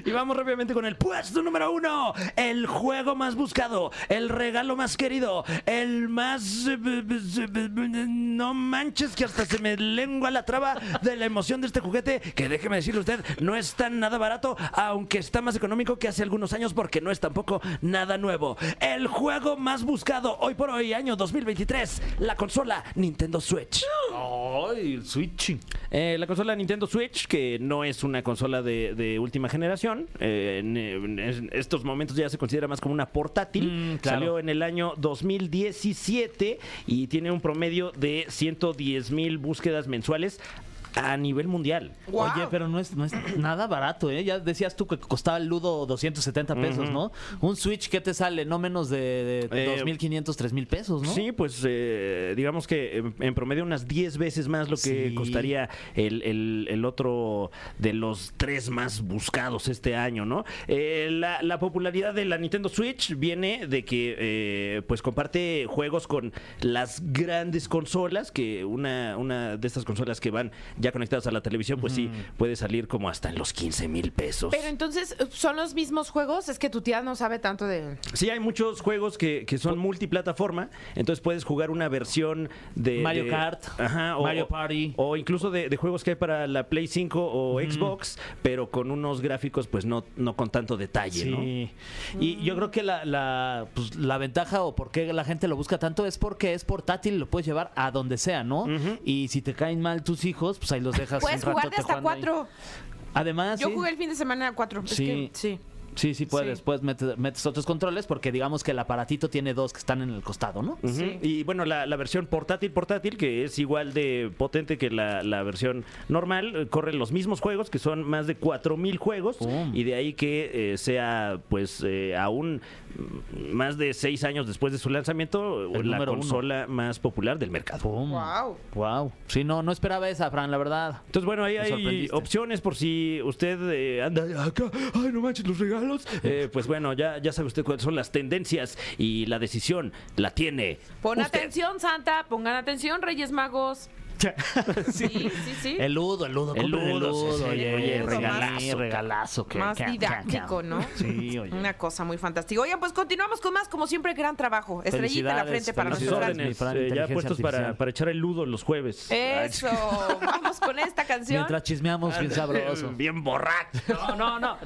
Speaker 3: Y vamos rápidamente con el puesto número uno. El juego más buscado, el regalo más querido, el más... eh, b- b- s- b- b- No manches que hasta se me lengua la traba de la emoción de este juguete, que déjeme decirle usted, no es tan nada barato, aunque está más económico que hace algunos años porque no es tampoco nada nuevo. El juego más buscado hoy por hoy, año 2023, la consola Nintendo Switch.
Speaker 4: Ay, el Switch.
Speaker 3: Eh, la consola Nintendo Switch, que no es una consola de, de última generación, eh, en, en estos momentos ya se considera más como una portátil.
Speaker 4: Mm, claro.
Speaker 3: Salió en el año 2017 y tiene un promedio de 110 mil búsquedas mensuales a nivel mundial.
Speaker 2: Guau.
Speaker 4: Oye, pero no es, no es nada barato, ¿eh? Ya decías tú que costaba el Ludo 270 pesos, ¿no? Un Switch que te sale no menos de, de
Speaker 3: Eh,
Speaker 4: 2.500, 3.000 pesos, ¿no?
Speaker 3: Sí, pues eh, digamos que en, en promedio unas 10 veces más lo que
Speaker 4: Sí.
Speaker 3: costaría el, el- el otro de los tres más buscados este año, ¿no? Eh, la, la popularidad de la Nintendo Switch viene de que eh, pues comparte juegos con las grandes consolas, que una, una de estas consolas que van ya conectadas a la televisión, pues sí, puede salir como hasta en los 15 mil
Speaker 4: pues
Speaker 3: pesos.
Speaker 2: Pero entonces, ¿son los mismos juegos? Es que tu tía no sabe tanto de...
Speaker 3: Sí, hay muchos juegos que, que son multiplataforma, entonces puedes jugar una versión de...
Speaker 4: Mario
Speaker 3: de-
Speaker 4: Kart,
Speaker 3: ajá, o,
Speaker 4: Mario Party.
Speaker 3: O incluso de, de juegos que hay para la Play 5 o Xbox, pero con unos gráficos pues no, no con tanto detalle, ¿no?
Speaker 4: Sí. Y yo creo que la, la, pues, la ventaja o por qué la gente lo busca tanto es porque es portátil, lo puedes llevar a donde sea, ¿no? Y si te caen mal tus hijos, pues ahí los dejas.
Speaker 2: Puedes
Speaker 4: un
Speaker 2: jugar de
Speaker 4: ratote
Speaker 2: hasta
Speaker 4: jugando ahí.
Speaker 2: cuatro.
Speaker 4: Además,
Speaker 2: Yo
Speaker 4: ¿Ah, sí.
Speaker 2: jugué el fin de semana a cuatro. Es
Speaker 4: Sí.
Speaker 2: que- sí.
Speaker 4: Sí, sí puedes.
Speaker 2: Sí.
Speaker 4: Puedes meter- metes otros controles porque digamos que el aparatito tiene dos que están en el costado, ¿no?
Speaker 3: Ujú. Y bueno, la, la versión portátil, portátil, que es igual de potente que la, la versión normal, eh, corren los mismos juegos, que son más de 4.000 juegos,
Speaker 4: Pum.
Speaker 3: y de ahí que eh, sea, pues, eh, aún mm, más de seis años después de su lanzamiento,
Speaker 4: El
Speaker 3: la
Speaker 4: número uno.
Speaker 3: consola más popular del mercado.
Speaker 2: Guau.
Speaker 4: Wow. Sí, no, no esperaba esa, Fran, la verdad.
Speaker 3: Entonces, bueno, ahí hay
Speaker 4: sorprendiste.
Speaker 3: opciones por si usted eh, anda acá, ay, no manches, los regalos. Eh, pues bueno, ya, ya sabe usted cuáles son las tendencias y la decisión la tiene.
Speaker 2: Pon
Speaker 3: usted.
Speaker 2: atención, Santa. Pongan atención, Reyes Magos. Sí, sí, sí.
Speaker 4: El ludo, el ludo,
Speaker 3: El
Speaker 4: compren el
Speaker 3: ludo, sí,
Speaker 4: ludo,
Speaker 3: sí,
Speaker 4: oye,
Speaker 3: oye,
Speaker 4: sí,
Speaker 3: regalazo.
Speaker 4: regalazo, que-
Speaker 2: Más
Speaker 4: que- que-
Speaker 2: didáctico,
Speaker 4: que-
Speaker 2: ¿no?
Speaker 4: Sí, oye.
Speaker 2: Una cosa muy fantástica. Oigan, pues continuamos con más, como siempre, gran trabajo. Estrellita en la frente para
Speaker 3: A sus
Speaker 2: nuestro gran.
Speaker 4: felicidades.
Speaker 3: órdenes,
Speaker 4: mi Fran,
Speaker 3: eh, ya
Speaker 4: inteligencia
Speaker 3: puestos para,
Speaker 4: artificial.
Speaker 3: para echar el ludo los jueves.
Speaker 2: Eso. Vamos con esta canción.
Speaker 4: Mientras chismeamos, bien sabroso.
Speaker 3: Bien borracho.
Speaker 4: No, no, no.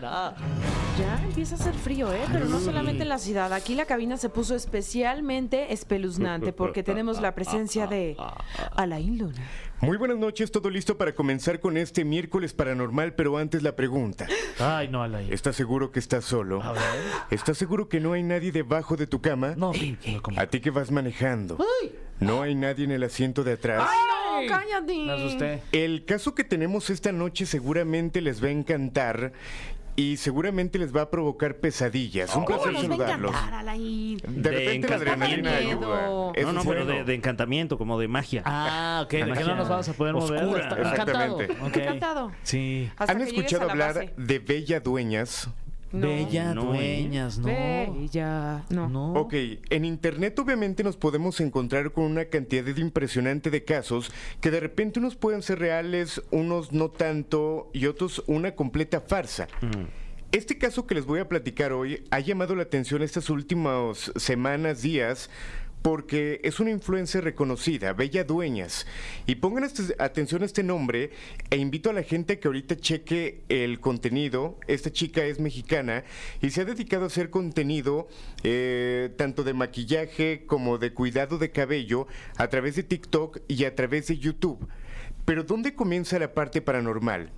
Speaker 2: Ya empieza a hacer frío, ¿eh? Pero no solamente en la ciudad. Aquí la cabina se puso especialmente espeluznante porque tenemos la presencia de Alain Luna.
Speaker 7: Muy buenas noches, todo listo para comenzar con este miércoles paranormal, pero antes la pregunta.
Speaker 4: Ay, no, Alain.
Speaker 7: ¿Estás seguro que estás solo? ¿Estás seguro que no hay nadie debajo de tu cama?
Speaker 4: No, ridículo, como-
Speaker 7: A ti que vas manejando. ¿No hay nadie en el asiento de atrás?
Speaker 2: ¡Ay, no! ¡Cállate!
Speaker 4: Me asusté.
Speaker 7: El caso que tenemos esta noche seguramente les va a encantar y seguramente les va a provocar pesadillas. Un
Speaker 2: ¿Cómo
Speaker 7: placer
Speaker 2: nos Oh, va a
Speaker 7: saludarlos.
Speaker 2: encantar, Alain?
Speaker 7: De
Speaker 3: De
Speaker 7: repente la
Speaker 3: encantar.
Speaker 7: adrenalina
Speaker 2: Qué miedo.
Speaker 7: ayuda. Eso
Speaker 3: no, no,
Speaker 7: es
Speaker 3: pero
Speaker 7: bueno.
Speaker 3: de, de encantamiento, como de magia.
Speaker 4: Ah, ok, de que
Speaker 3: Magia
Speaker 4: no nos vamos a poder mover.
Speaker 3: oscura.
Speaker 4: Está encantado.
Speaker 7: Exactamente.
Speaker 4: Ok.
Speaker 2: Encantado.
Speaker 4: Sí.
Speaker 2: Hasta
Speaker 7: ¿Han
Speaker 2: que llegues
Speaker 7: escuchado
Speaker 2: a la
Speaker 7: hablar
Speaker 2: base.
Speaker 7: de Bella Dueñas?
Speaker 2: No.
Speaker 4: Bella
Speaker 3: No, ¿eh?
Speaker 4: dueñas, no.
Speaker 2: Bella. No.
Speaker 4: No.
Speaker 7: Ok, en internet obviamente nos podemos encontrar con una cantidad de impresionante de casos que de repente unos pueden ser reales, unos no tanto y otros una completa farsa. Este caso que les voy a platicar hoy ha llamado la atención estas últimas semanas, días, porque es una influencer reconocida, Bella Dueñas. Y pongan este- atención a este nombre e invito a la gente a que ahorita cheque el contenido. Esta chica es mexicana y se ha dedicado a hacer contenido eh, tanto de maquillaje como de cuidado de cabello a través de TikTok y a través de YouTube. Pero ¿dónde comienza la parte paranormal?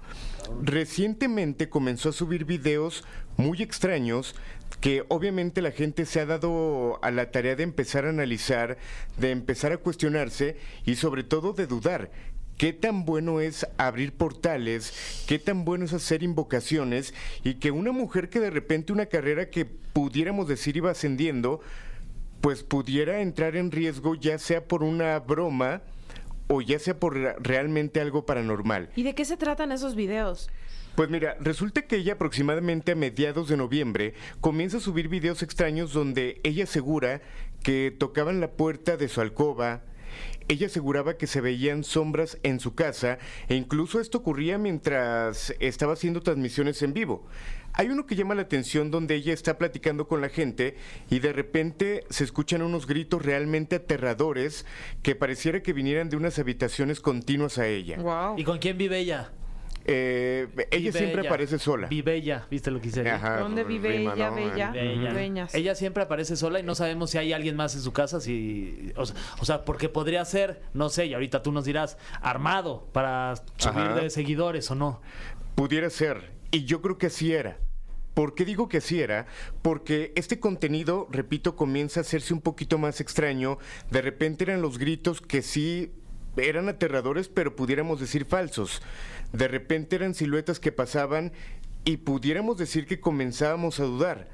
Speaker 7: Recientemente comenzó a subir videos muy extraños que obviamente la gente se ha dado a la tarea de empezar a analizar, de empezar a cuestionarse y sobre todo de dudar. ¿Qué tan bueno es abrir portales? ¿Qué tan bueno es hacer invocaciones? Y que una mujer que de repente una carrera que pudiéramos decir iba ascendiendo, pues pudiera entrar en riesgo ya sea por una broma o ya sea por ra- realmente algo paranormal.
Speaker 2: ¿Y de qué se tratan esos videos?
Speaker 7: Pues mira, resulta que ella aproximadamente a mediados de noviembre comienza a subir videos extraños donde ella asegura que tocaban la puerta de su alcoba. Ella aseguraba que se veían sombras en su casa e incluso esto ocurría mientras estaba haciendo transmisiones en vivo. Hay uno que llama la atención donde ella está platicando con la gente y de repente se escuchan unos gritos realmente aterradores que pareciera que vinieran de unas habitaciones continuas a ella.
Speaker 2: Wow.
Speaker 4: ¿Y con quién vive ella?
Speaker 7: Eh, ella
Speaker 4: Vive
Speaker 7: siempre aparece sola.
Speaker 4: Vive ella, viste lo que hice. ahí?
Speaker 7: Ajá,
Speaker 2: ¿Dónde vive
Speaker 7: rima,
Speaker 2: ella,
Speaker 7: ¿no?
Speaker 2: Bella?
Speaker 4: Vive ella.
Speaker 2: Dueñas.
Speaker 4: Ella siempre aparece sola y no sabemos si hay alguien más en su casa. Si, o, sea, o sea, porque podría ser, no sé, y ahorita tú nos dirás, armado para subir
Speaker 7: Ajá.
Speaker 4: de seguidores o no.
Speaker 7: Pudiera ser. Y yo creo que así era. ¿Por qué digo que así era? Porque este contenido, repito, comienza a hacerse un poquito más extraño. De repente eran los gritos que sí eran aterradores, pero pudiéramos decir falsos. De repente eran siluetas que pasaban y pudiéramos decir que comenzábamos a dudar.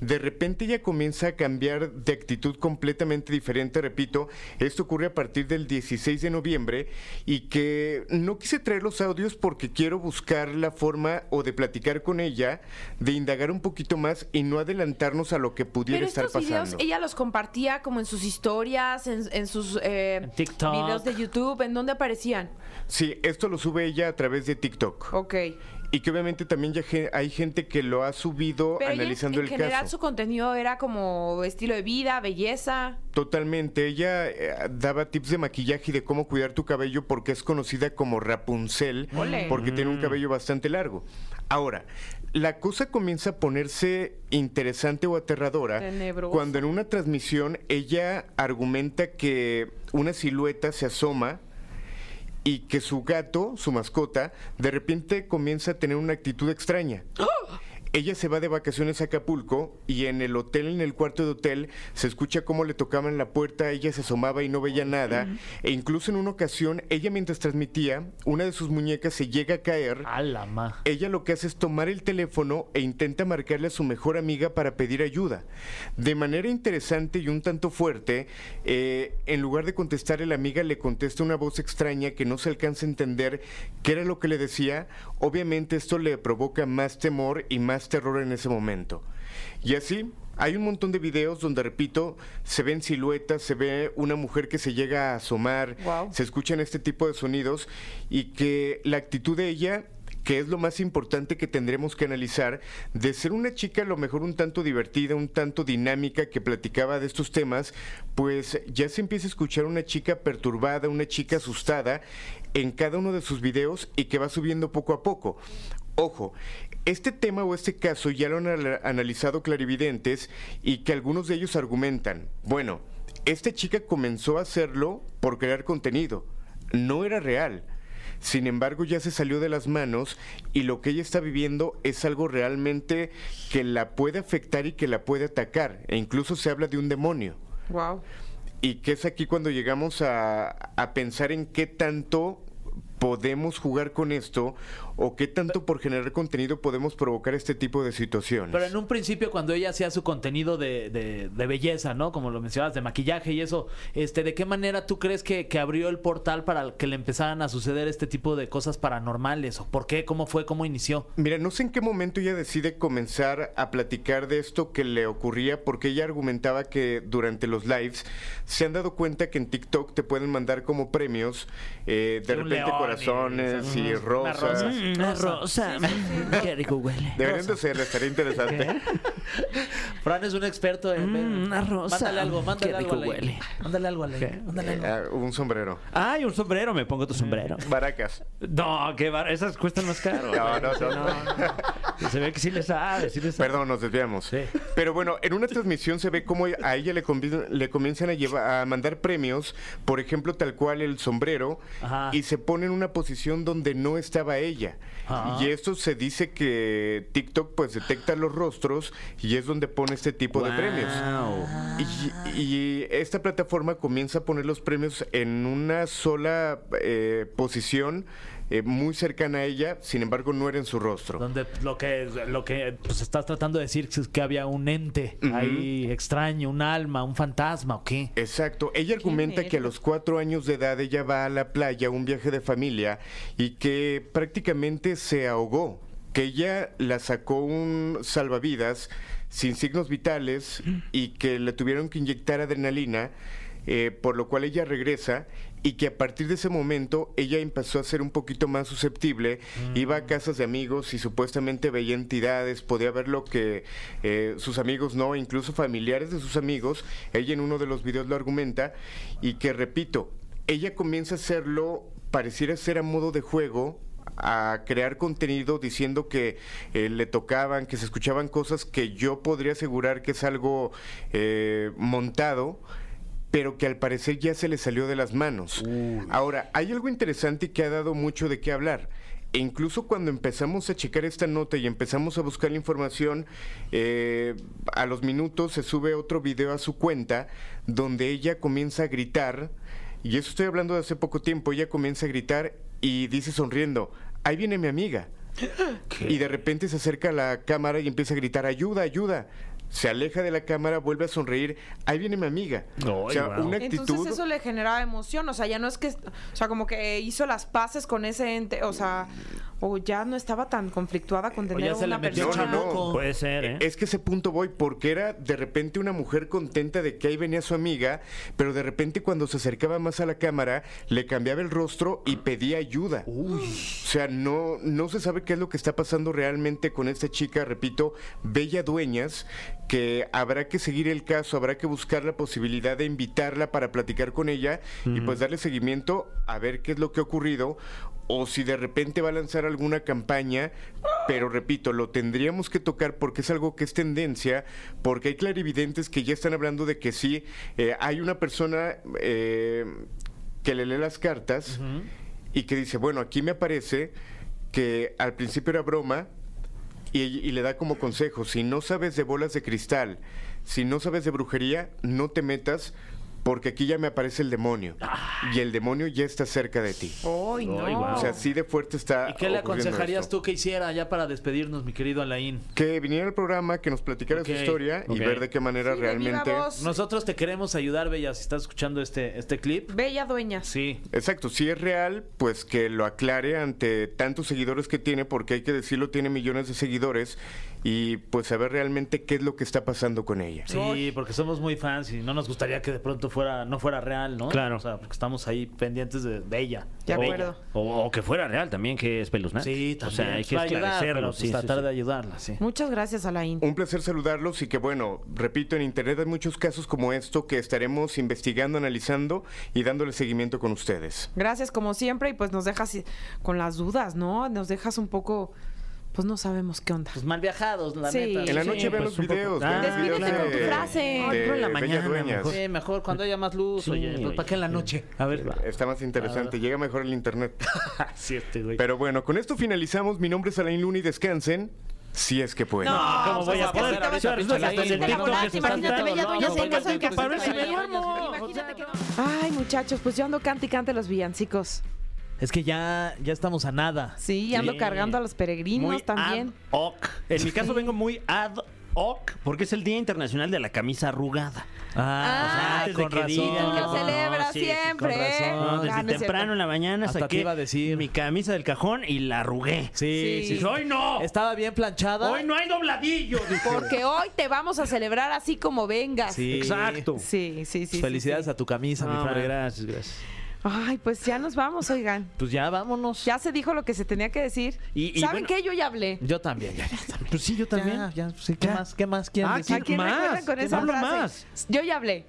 Speaker 7: De repente ella comienza a cambiar de actitud completamente diferente, repito, esto ocurre a partir del 16 de noviembre y que no quise traer los audios porque quiero buscar la forma o de platicar con ella, de indagar un poquito más y no adelantarnos a lo que pudiera
Speaker 2: Pero
Speaker 7: estar
Speaker 2: estos videos
Speaker 7: pasando.
Speaker 2: ella los compartía como en sus historias, en, en sus eh,
Speaker 4: En TikTok.
Speaker 2: videos de YouTube, ¿en dónde aparecían?
Speaker 7: Sí, esto lo sube ella a través de TikTok.
Speaker 2: Ok.
Speaker 7: Y que obviamente también ya gen- hay gente que lo ha subido
Speaker 2: Pero ella,
Speaker 7: analizando
Speaker 2: en
Speaker 7: el
Speaker 2: general
Speaker 7: caso.
Speaker 2: su contenido era como estilo de vida, belleza.
Speaker 7: Totalmente. Ella eh, daba tips de maquillaje y de cómo cuidar tu cabello porque es conocida como Rapunzel,
Speaker 2: Ole.
Speaker 7: porque tiene un cabello bastante largo. Ahora, la cosa comienza a ponerse interesante o aterradora
Speaker 2: Tenebrosa.
Speaker 7: cuando en una transmisión ella argumenta que una silueta se asoma y que su gato, su mascota, de repente comienza a tener una actitud extraña. Ella se va de vacaciones a Acapulco y en el hotel, en el cuarto de hotel, se escucha cómo le tocaban la puerta, ella se asomaba y no veía nada. E incluso en una ocasión, ella mientras transmitía, una de sus muñecas se llega a caer.
Speaker 4: A la ma.
Speaker 7: Ella lo que hace es tomar el teléfono e intenta marcarle a su mejor amiga para pedir ayuda. De manera interesante y un tanto fuerte, eh, en lugar de contestarle, la amiga le contesta una voz extraña que no se alcanza a entender qué era lo que le decía. Obviamente esto le provoca más temor y más terror en ese momento. Y así, hay un montón de videos donde, repito, se ven siluetas, se ve una mujer que se llega a asomar,
Speaker 2: Guau.
Speaker 7: se escuchan este tipo de sonidos y que la actitud de ella que es lo más importante que tendremos que analizar, de ser una chica a lo mejor un tanto divertida, un tanto dinámica que platicaba de estos temas, pues ya se empieza a escuchar una chica perturbada, una chica asustada en cada uno de sus videos y que va subiendo poco a poco. Ojo, este tema o este caso ya lo han ala- analizado clarividentes y que algunos de ellos argumentan, bueno, esta chica comenzó a hacerlo por crear contenido, no era real. Sin embargo, ya se salió de las manos y lo que ella está viviendo es algo realmente que la puede afectar y que la puede atacar. E incluso se habla de un demonio.
Speaker 2: Wow.
Speaker 7: Y que es aquí cuando llegamos a, a pensar en qué tanto podemos jugar con esto o qué tanto por generar contenido podemos provocar este tipo de situaciones.
Speaker 3: Pues.
Speaker 4: Pero en un principio, cuando ella hacía su contenido de, de- de belleza, ¿no? Como lo mencionabas, de maquillaje y eso, este, ¿de qué manera tú crees que, que abrió el portal para que le empezaran a suceder este tipo de cosas paranormales? ¿O por qué? ¿Cómo fue? ¿Cómo inició?
Speaker 7: Mira, no sé en qué momento ella decide comenzar a platicar de esto que le ocurría, porque ella argumentaba que durante los lives se han dado cuenta que en TikTok te pueden mandar como premios eh, de
Speaker 4: Y un
Speaker 7: repente
Speaker 4: león y
Speaker 7: corazones y,
Speaker 4: esas- una
Speaker 7: rosas.
Speaker 4: rosa. Mm,
Speaker 3: Una rosa. Mm, Qué rico huele.
Speaker 7: Deberían de ser, estaría interesante.
Speaker 4: Fran es un experto en.
Speaker 3: Mm, una rosa.
Speaker 4: Mándale algo,
Speaker 3: Qué
Speaker 4: mándale algo.
Speaker 3: rico
Speaker 4: a la-
Speaker 3: huele.
Speaker 4: Mándale algo, a la- Mándale algo.
Speaker 7: Ah, un sombrero.
Speaker 3: Ay, un sombrero, me pongo tu sombrero.
Speaker 7: Baracas.
Speaker 3: No, qué bar... esas cuestan más caro.
Speaker 7: No, no, no.
Speaker 3: Se ve que sí le sabe, sí le sabe.
Speaker 7: Perdón, nos desviamos.
Speaker 3: Sí.
Speaker 7: Pero bueno, en una transmisión se ve cómo a ella le, convi- le comienzan a, lleva- a mandar premios, por ejemplo, tal cual el sombrero,
Speaker 4: Ajá.
Speaker 7: y se pone en una posición donde no estaba ella.
Speaker 4: Ajá.
Speaker 7: Y esto se dice que TikTok pues detecta los rostros y es donde pone este tipo de premios.
Speaker 3: Wow.
Speaker 7: Y, y esta plataforma comienza a poner los premios en una sola eh, posición eh, muy cercana a ella, sin embargo no era en su rostro.
Speaker 4: Donde lo que, lo que pues, estás tratando de decir es que había un ente ahí extraño, un alma, un fantasma o qué.
Speaker 7: Exacto. Ella argumenta que a los cuatro años de edad ella va a la playa, un viaje de familia, y que prácticamente se ahogó. Que ella la sacó un salvavidas sin signos vitales y que le tuvieron que inyectar adrenalina, eh, por lo cual ella regresa y que a partir de ese momento ella empezó a ser un poquito más susceptible, iba a casas de amigos y supuestamente veía entidades, podía ver lo que eh, sus amigos no, incluso familiares de sus amigos, ella en uno de los videos lo argumenta, y que repito, ella comienza a hacerlo, pareciera ser a modo de juego, a crear contenido diciendo que eh, le tocaban, que se escuchaban cosas que yo podría asegurar que es algo eh, montado, pero que al parecer ya se le salió de las manos. Ahora, hay algo interesante que ha dado mucho de qué hablar. E incluso cuando empezamos a checar esta nota y empezamos a buscar la información, eh, a los minutos se sube otro video a su cuenta donde ella comienza a gritar, y eso estoy hablando de hace poco tiempo, ella comienza a gritar y dice sonriendo, ahí viene mi amiga. Y de repente se acerca a la cámara y empieza a gritar, ayuda, ayuda. Se aleja de la cámara, vuelve a sonreír. Ahí viene mi amiga. o sea,
Speaker 3: guau.
Speaker 7: una actitud.
Speaker 2: Entonces eso le generaba emoción, o sea, ya no es que, o sea, como que hizo las paces con ese ente, o sea, o ya no estaba tan conflictuada con
Speaker 4: O
Speaker 2: tener
Speaker 4: ya se le
Speaker 2: una
Speaker 4: metió Pues,
Speaker 2: persona.
Speaker 4: chamuco.
Speaker 3: Puede ser, ¿eh?
Speaker 7: Es que ese punto voy porque era de repente una mujer contenta de que ahí venía su amiga, pero de repente cuando se acercaba más a la cámara le cambiaba el rostro y pedía ayuda. O sea, no, no se sabe qué es lo que está pasando realmente con esta chica, repito, Bella Dueñas, que habrá que seguir el caso, habrá que buscar la posibilidad de invitarla para platicar con ella y pues darle seguimiento a ver qué es lo que ha ocurrido o si de repente va a lanzar alguna campaña, pero repito, lo tendríamos que tocar porque es algo que es tendencia, porque hay clarividentes que ya están hablando de que sí, eh, hay una persona eh, que le lee las cartas y que dice, bueno, aquí me aparece que al principio era broma, y, y le da como consejo, si no sabes de bolas de cristal, si no sabes de brujería, no te metas porque aquí ya me aparece el demonio. Y el demonio ya está cerca de ti.
Speaker 2: Ay, no.
Speaker 4: Ay, guau.
Speaker 7: O sea, así de fuerte
Speaker 4: Oh.
Speaker 7: está.
Speaker 4: ¿Y
Speaker 3: Ah,
Speaker 4: qué le
Speaker 7: ocurriendo
Speaker 4: aconsejarías
Speaker 7: esto.
Speaker 4: tú que hiciera ya para despedirnos, mi querido Alain?
Speaker 7: Que viniera al programa, que nos platicara
Speaker 4: Ok,
Speaker 7: su historia
Speaker 4: ok.
Speaker 7: y ver de qué manera
Speaker 2: Sí, de viva
Speaker 7: realmente.
Speaker 2: voz.
Speaker 4: Nosotros te queremos ayudar, Bella, si estás escuchando este, este clip.
Speaker 2: Bella dueña.
Speaker 4: Sí.
Speaker 7: Exacto, si es real, pues que lo aclare ante tantos seguidores que tiene, porque hay que decirlo, tiene millones de seguidores y pues saber realmente qué es lo que está pasando con ella.
Speaker 4: Sí, porque somos muy fans y no nos gustaría que de pronto fuera no fuera real, ¿no?
Speaker 3: Claro.
Speaker 4: O sea, porque estamos ahí pendientes de Bella.
Speaker 2: De
Speaker 4: Bella.
Speaker 2: acuerdo.
Speaker 3: O, o que fuera real también, que es peluznante.
Speaker 4: Sí,
Speaker 3: O
Speaker 4: también.
Speaker 3: sea, hay que
Speaker 4: Va a ayudar, pero,
Speaker 3: esclarecerlo.
Speaker 4: pues,
Speaker 3: Sí, sí,
Speaker 4: tratar
Speaker 3: sí.
Speaker 4: de ayudarla, sí.
Speaker 2: Muchas gracias, Alain.
Speaker 7: Un placer saludarlos y que bueno, repito, en internet hay muchos casos como esto que estaremos investigando, analizando y dándole seguimiento con ustedes.
Speaker 2: Gracias como siempre y pues nos dejas con las dudas, ¿no? Nos dejas un poco, pues no sabemos qué onda.
Speaker 4: Pues mal viajados, la
Speaker 2: Sí.
Speaker 4: neta.
Speaker 7: En la
Speaker 2: Sí,
Speaker 7: noche vean
Speaker 3: pues, un
Speaker 7: los
Speaker 3: poco.
Speaker 7: videos.
Speaker 3: Ah,
Speaker 7: vean los videos
Speaker 5: despídete con tu frase.
Speaker 7: de
Speaker 3: Ay, pero en la
Speaker 7: Bella
Speaker 3: mañana,
Speaker 7: Dueñas.
Speaker 3: mejor.
Speaker 4: Sí, mejor cuando haya más luz,
Speaker 3: Sí,
Speaker 4: oye, pues,
Speaker 3: oye,
Speaker 4: ¿para qué en la
Speaker 3: sí.
Speaker 4: noche? A ver,
Speaker 7: Está más
Speaker 3: Ah.
Speaker 7: interesante, llega mejor el internet.
Speaker 4: sí, este güey.
Speaker 7: Pero bueno, con esto finalizamos. Mi nombre es Alain Luna y descansen si es que pueden.
Speaker 4: ¿Cómo voy a poder?
Speaker 5: pues, es que
Speaker 4: Ahorita,
Speaker 5: sí
Speaker 4: pinche
Speaker 5: te
Speaker 4: Alain,
Speaker 5: volaste,
Speaker 4: en TikTok
Speaker 5: imagínate,
Speaker 4: se están
Speaker 5: imagínate,
Speaker 4: dando,
Speaker 5: Bella
Speaker 4: ¿no?
Speaker 5: Dueñas
Speaker 4: No,
Speaker 5: en
Speaker 4: no,
Speaker 5: caso de
Speaker 4: no,
Speaker 5: que
Speaker 4: no,
Speaker 5: así
Speaker 4: no,
Speaker 5: te
Speaker 4: sí,
Speaker 5: vaya.
Speaker 4: me duermo.
Speaker 5: Imagínate que no.
Speaker 2: Ay, muchachos, pues yo ando cante y cante los villancicos.
Speaker 4: Es que ya, ya estamos a nada.
Speaker 2: Sí, ando
Speaker 3: Sí.
Speaker 2: cargando a los peregrinos
Speaker 3: Muy
Speaker 2: también.
Speaker 3: ad hoc. En mi caso vengo muy ad hoc porque es el Día Internacional de la Camisa Arrugada.
Speaker 4: Ah,
Speaker 2: Ah,
Speaker 4: o sea, antes de
Speaker 3: con
Speaker 4: que
Speaker 3: razón.
Speaker 4: digan que
Speaker 2: Lo
Speaker 3: No,
Speaker 2: celebra
Speaker 3: sí,
Speaker 2: siempre.
Speaker 4: con razón.
Speaker 2: ¿eh?
Speaker 4: No,
Speaker 3: No,
Speaker 2: Ah, no
Speaker 3: desde
Speaker 2: es cierto.
Speaker 3: temprano en la mañana
Speaker 4: Hasta
Speaker 3: saqué
Speaker 4: te iba a decir.
Speaker 3: mi camisa del cajón y la arrugué.
Speaker 4: Sí,
Speaker 2: Sí.
Speaker 4: sí, sí.
Speaker 3: Hoy no.
Speaker 4: Estaba bien planchada.
Speaker 3: Hoy no hay dobladillo. dije.
Speaker 2: Porque hoy te vamos a celebrar así como vengas.
Speaker 4: Sí.
Speaker 3: Exacto.
Speaker 2: Sí, sí, sí.
Speaker 4: Felicidades
Speaker 2: sí,
Speaker 4: a tu camisa,
Speaker 3: No,
Speaker 4: mi
Speaker 3: hombre,
Speaker 4: Fran.
Speaker 3: gracias, gracias.
Speaker 2: Ay, pues ya nos vamos, oigan.
Speaker 4: Pues ya vámonos.
Speaker 2: Ya se dijo lo que se tenía que decir.
Speaker 3: Y- y
Speaker 2: ¿Saben
Speaker 3: bueno-
Speaker 2: qué? Yo ya hablé.
Speaker 4: Yo también, ya, ya también.
Speaker 3: Pues sí, yo
Speaker 4: Ya, ya, sí, ¿qué
Speaker 3: Ya.
Speaker 4: más? ¿Qué más quieren
Speaker 3: Ah,
Speaker 4: decir?
Speaker 2: ¿A quién
Speaker 3: más,
Speaker 2: recuerdan con
Speaker 3: ¿quién
Speaker 2: esa
Speaker 3: habla
Speaker 2: frase?
Speaker 3: más?
Speaker 2: Yo ya hablé.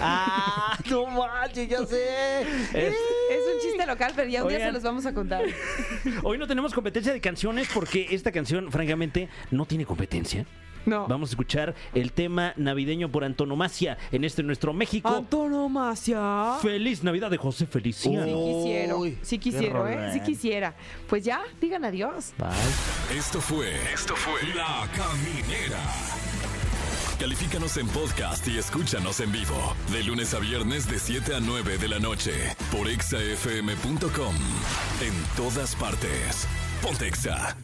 Speaker 4: Ah, no manches, ya sé. Es-
Speaker 2: es un chiste local, pero ya un día
Speaker 3: Oigan.
Speaker 2: se los vamos a contar.
Speaker 3: Hoy no tenemos competencia de canciones porque esta canción, francamente, no tiene competencia.
Speaker 2: No.
Speaker 3: Vamos a escuchar el tema navideño por antonomasia en este nuestro México.
Speaker 2: Antonomasia.
Speaker 3: Feliz Navidad de
Speaker 2: Si
Speaker 3: José Feliciano.
Speaker 2: quisiera,
Speaker 4: Uy,
Speaker 2: si
Speaker 4: qué
Speaker 2: quisiera, ¿eh?
Speaker 4: rolón.
Speaker 2: Si quisiera. Pues ya, digan adiós.
Speaker 1: Esto fue. Esto fue. La Caminera. Califícanos en podcast y escúchanos en vivo. De lunes a viernes de 7 a 9 de la noche. Por exafm.com. En todas partes. Pontexa.